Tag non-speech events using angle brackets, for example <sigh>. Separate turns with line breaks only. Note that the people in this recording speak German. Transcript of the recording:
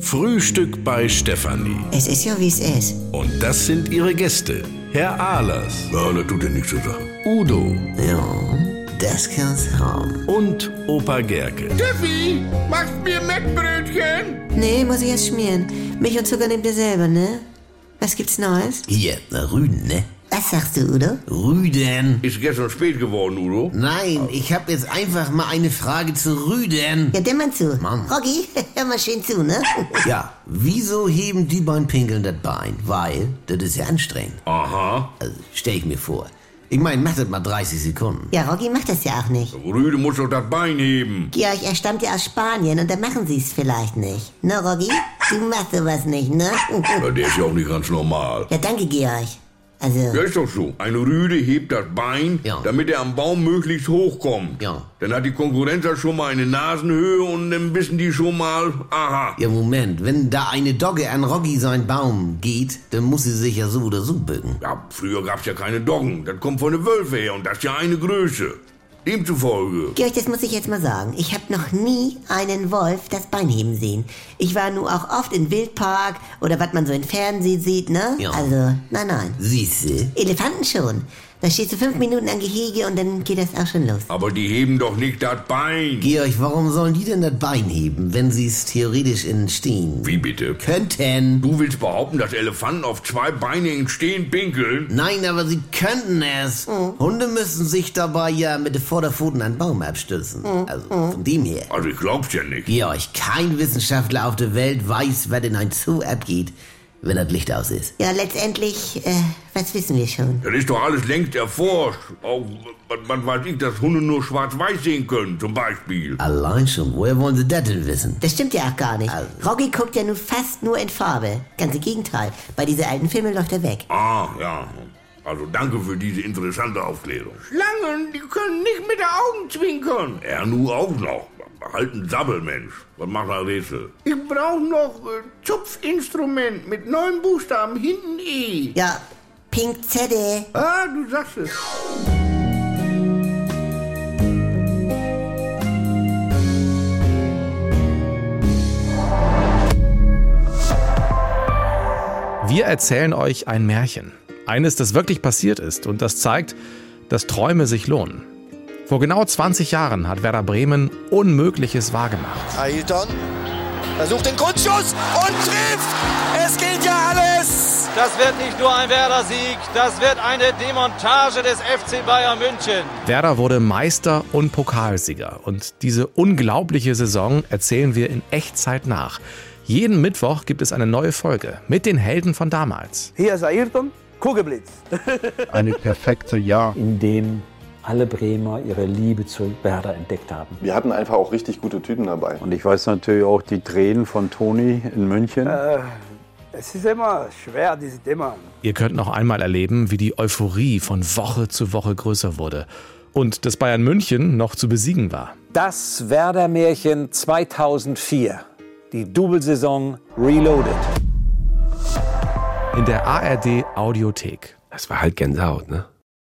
Frühstück bei Stefanie.
Es ist ja, wie es ist.
Und das sind ihre Gäste. Herr Ahlers,
Ja, das tut dir nichts zu sagen.
Udo
Ja, das kann's haben.
und Opa Gerke.
Tiffy, machst mir Mettbrötchen?
Nee, muss ich jetzt schmieren. Milch und Zucker nehmt ihr selber, ne? Was gibt's Neues?
Hier, na, Rüden, ne?
Was sagst du, Udo?
Rüden.
Ist gestern spät geworden, Udo.
Nein, ich habe jetzt einfach mal eine Frage zu Rüden.
Ja, dämmern zu.
Mann.
Rocky, <laughs> hör mal schön zu, ne?
Ja, wieso heben die beim Pinkeln das Bein? Weil, das ist ja anstrengend.
Aha.
Also, stell ich mir vor. Ich meine, mach das mal 30 Sekunden.
Ja, Rocky macht das ja auch nicht.
Rüde muss doch das Bein heben.
Georg, er stammt ja aus Spanien und da machen sie's vielleicht nicht. Ne, Rocky? Du machst sowas nicht, ne? <laughs>
Ja, der ist ja auch nicht ganz normal.
Ja, danke, Georg. Also,
Ja, ist doch so. Ein Rüde hebt das Bein,
Ja.
damit er am Baum möglichst hochkommt.
Ja.
Dann hat die Konkurrenz ja schon mal eine Nasenhöhe und dann wissen die schon mal, aha.
Ja, Moment, wenn da eine Dogge an Roggi seinen Baum geht, dann muss sie sich ja so oder so bücken.
Ja, früher gab's ja keine Doggen. Das kommt von den Wölfen her und das ist ja eine Größe. Demzufolge.
Georg, das muss ich jetzt mal sagen. Ich habe noch nie einen Wolf das Bein heben sehen. Ich war nur auch oft in Wildpark oder was man so im Fernsehen sieht, ne?
Ja.
Also, nein, nein.
Siehste?
Elefanten schon. Da stehst du fünf Minuten an Gehege und dann geht das auch schon los.
Aber die heben doch nicht das Bein.
Georg, warum sollen die denn das Bein heben, wenn sie es theoretisch entstehen
Wie bitte?
könnten?
Du willst behaupten, dass Elefanten auf zwei Beinen im Stehen pinkeln?
Nein, aber sie könnten es. Hunde müssen sich dabei ja mit den Vorderpfoten an den Baum abstützen. Also von dem her.
Also ich glaub's ja nicht.
Georg, kein Wissenschaftler auf der Welt weiß, was in ein Zoo abgeht, wenn das Licht aus ist.
Ja, letztendlich, äh, was wissen wir schon?
Das ist doch alles längst erforscht. Auch, was, was weiß ich, dass Hunde nur schwarz-weiß sehen können, zum Beispiel.
Allein schon, woher wollen sie das denn wissen?
Das stimmt ja auch gar nicht.
Also-
Rocky guckt ja nun fast nur in Farbe. Ganz im Gegenteil. Bei diesen alten Filmen läuft er weg.
Ah, ja. Also danke für diese interessante Aufklärung.
Schlangen, die können nicht mit den Augen zwinkern.
Er nu auch noch. Halt ein Sabbelmensch. Was macht er Rätsel?
Ich brauche noch äh, Zupfinstrument mit neun Buchstaben hinten E.
Ja, Pinzette.
Ah, du sagst es.
Wir erzählen euch ein Märchen. Eines, das wirklich passiert ist und das zeigt, dass Träume sich lohnen. Vor genau 20 Jahren hat Werder Bremen Unmögliches wahrgemacht.
Ailton versucht den Grundschuss und trifft. Es geht ja alles.
Das wird nicht nur ein Werder-Sieg, das wird eine Demontage des FC Bayern München.
Werder wurde Meister und Pokalsieger. Und diese unglaubliche Saison erzählen wir in Echtzeit nach. Jeden Mittwoch gibt es eine neue Folge mit den Helden von damals.
Hier ist Ayrton, Kugelblitz.
eine perfekte Jahr.
in dem alle Bremer ihre Liebe zu Werder entdeckt haben.
Wir hatten einfach auch richtig gute Typen dabei.
Und ich weiß natürlich auch die Tränen von Toni in München.
Es ist immer schwer, dieses Thema.
Ihr könnt noch einmal erleben, wie die Euphorie von Woche zu Woche größer wurde und dass Bayern München noch zu besiegen war.
Das Werder-Märchen 2004. Die Doublesaison Reloaded.
In der ARD Audiothek.
Das war halt Gänsehaut, ne?